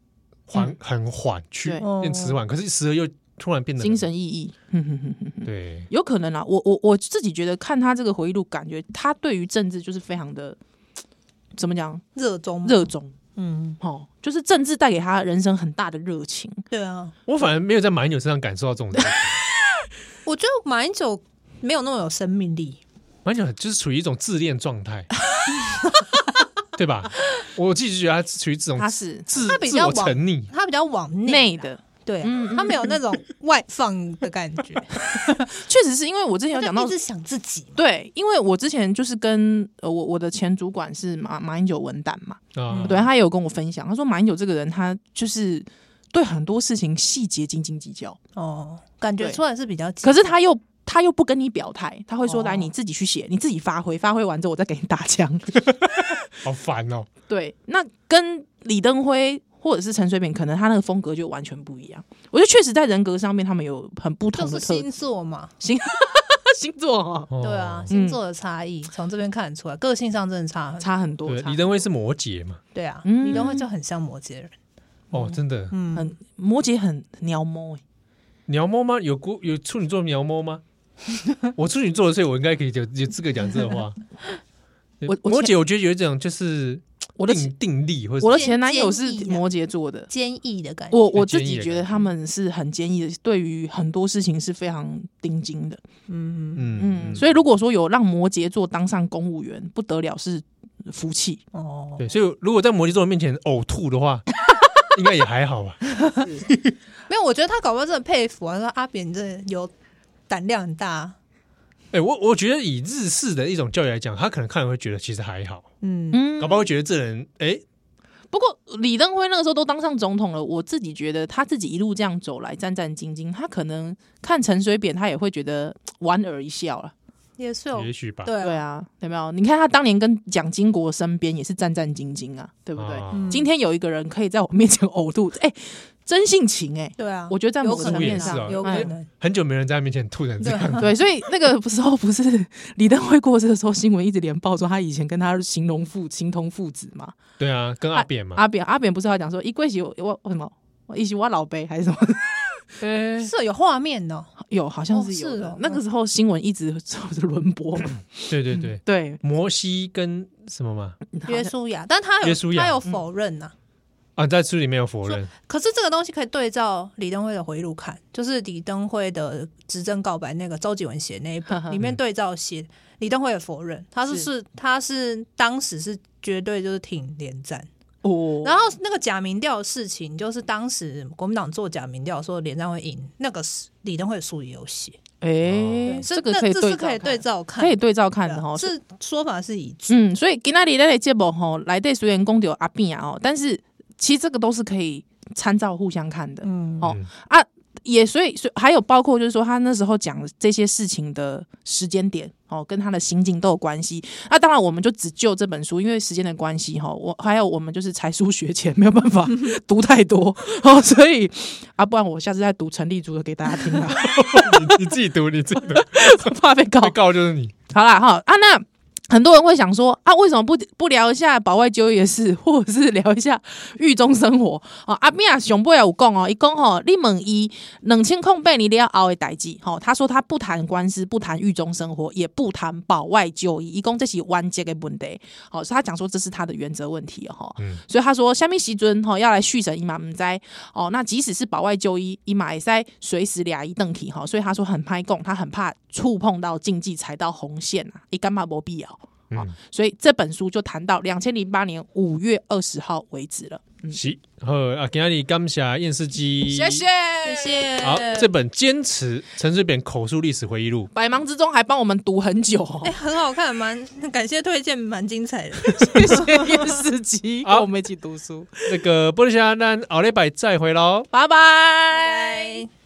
缓、
嗯
很缓去
对
变迟缓，可是时而又突然变得
精神奕奕， [laughs] 哼哼哼哼哼
对
有可能啦。啊我我我自己觉得看他这个回忆录，感觉他对于政治就是非常的怎么讲
热衷，
热衷
嗯，
哦，就是政治带给他人生很大的热情。
对啊，
我反而没有在马英九身上感受到这种东西。
我觉得马英九没有那么有生命力，
完全就是处于一种自恋状态。 [laughs] 对吧？我自己就觉得他属于这种
他是
自
他比
自
较
我
往
沉溺，
他比较往
内
内啦，
的，
对
嗯嗯
啊，他没有那种外放的感
[laughs]
觉，
确实是因为我之前有
他
讲
就
到
一直想自己。
对，因为我之前就是跟呃我我的前主管是马马英九文旦嘛，
啊，
嗯
对他也有跟我分享，他说马英九这个人他就是对很多事情细节斤斤计较，
哦，感觉
对
出来是比较急，
可是他又他又不跟你表态，他会说
哦
来你自己去写，你自己发挥，发挥完之后我再给你打枪。 [laughs]
好烦哦。
对，那跟李登辉。或者是陈水扁，可能他那个风格就完全不一样。我觉得确实在人格上面，他们有很不
就
同的
是
特
星座嘛，
[laughs] 星座、哦、
哦
对啊，，星座的差异从这边看得出来，个性上真的差很多。
差很多，
哦对，
差
李登辉是摩羯嘛，
对啊，
嗯
李登辉就很像摩羯人，
哦，真的，
嗯，
很摩羯很鸟猫哎、
鸟摸吗？有孤有处女座鸟摸吗？ [laughs] 我处女座的，所以我应该可以有有资格讲这话。对
[laughs] 我我
摩
前
羯，我觉得有一种就是
我的
定定力，或者
我的
建
前男友
建
是
议啊
摩羯座的，
坚毅的感觉。
我我
坚
自
毅
己
的
觉
感
得
觉
他们是很坚毅的，对于很多事情是非常盯紧的。
嗯，
嗯
嗯，所以如果说有让摩羯座当上公务员，不得了是福气。
哦，
对，所以如果在摩羯座面前呕吐的话， [laughs] 应该也还好吧。
没有，我觉得他搞不好真的佩服啊，说阿扁这有胆量很大，
哎、我我觉得以日式的一种教育来讲，他可能看了会觉得其实还好，
嗯，
嗯
搞不好会觉得这人哎、
不过李登辉那个时候都当上总统了，我自己觉得他自己一路这样走来战战兢兢，他可能看陈水扁，他也会觉得莞尔一笑了。
也是有
也许吧，
对
对
啊，
啊，有没有？你看他当年跟蒋经国身边也是战战兢兢啊，对不对？
啊
嗯
今天有一个人可以在我面前 [laughs] 呕吐，哎、真性情哎、
对啊，
我觉得在某
有
个
可
层
能
面
啊
上，
有可
哎
能，
很久没人在他面前吐成这
对
样。
啊，
对，所以那个时候不是李登辉过世的时候，新闻一直连报说他以前跟他形容父形同父子嘛。
对啊，跟阿扁嘛，
阿扁阿扁不是还讲说一跪起我我什么一起我老辈还是什么？
哎、
是有画面的哦，
[laughs] 有好像是有的、
哦是哦
那个时候新闻一直就是轮播嘛。
对对对，
[laughs] 对，
摩西跟什么嘛
约书亚，但他
约
有
书亚
他有否认呐、
啊，在书里没有否认，
可是这个东西可以对照李登辉的回忆录看，就是李登辉的执政告白那个周继文写那一
[laughs]
本里面对照写，李登辉也否认，他是
是
是他是当时是绝对就是挺连战，
哦，
然后那个假民调的事情，就是当时国民党做假民调说连战会赢，那个是李登辉的书也有写，
哎、
哦
这个
那
可以
这
对
是
照
可以对
看，
照看
可以
的，
对照看的哦
啊
哈。
是说法是一致，
嗯，所以今仔日咱的节目吼，来对虽然讲到阿扁啊哦，但是其实这个都是可以参照互相看的。
嗯
哦也所以，所以还有包括就是说，他那时候讲这些事情的时间点哦，跟他的心境都有关系。那、当然，我们就只就这本书，因为时间的关系哈、哦，我还有我们就是才疏学浅， [laughs] 没有办法读太多哦，所以啊，不然我下次再读陈立竹的给大家听啦，
你你自己读，你自己读，
[laughs] 怕被告
被。告就是你。
好啦，哈啊，那很多人会想说啊，为什么不不聊一下保外就业事，或者是聊一下狱中生活？哦，阿米亚熊贝有讲哦，一共吼，你问伊冷清控被你了熬的代志，吼、他说他不谈官司，不谈狱中生活，也不谈保外就医，一共这些完结的问题。好、所以他讲说这是他的原则问题哦，吼
嗯
所以他说下面时尊吼、要来续审伊嘛唔知哦，那即使是保外就医，伊嘛也塞随时俩一邓体哈，所以他说很拍供，他很怕触碰到禁忌踩到红线啊，伊干嘛没必要。哦
嗯，
所以这本书就谈到两千零八年五月二十号为止了。
是，好啊，今日感谢验尸机，
谢谢。，
谢谢，
好，这本《坚持陈水扁口述历史回忆录》，
百忙之中还帮我们读很久、哦
哎、，很好看，蛮感谢推荐，蛮精彩的。
[laughs] 谢谢叶世吉跟
好
我们一起读书，
啊那个波利夏，那奥利拜再回喽。
[laughs] 拜拜。
拜。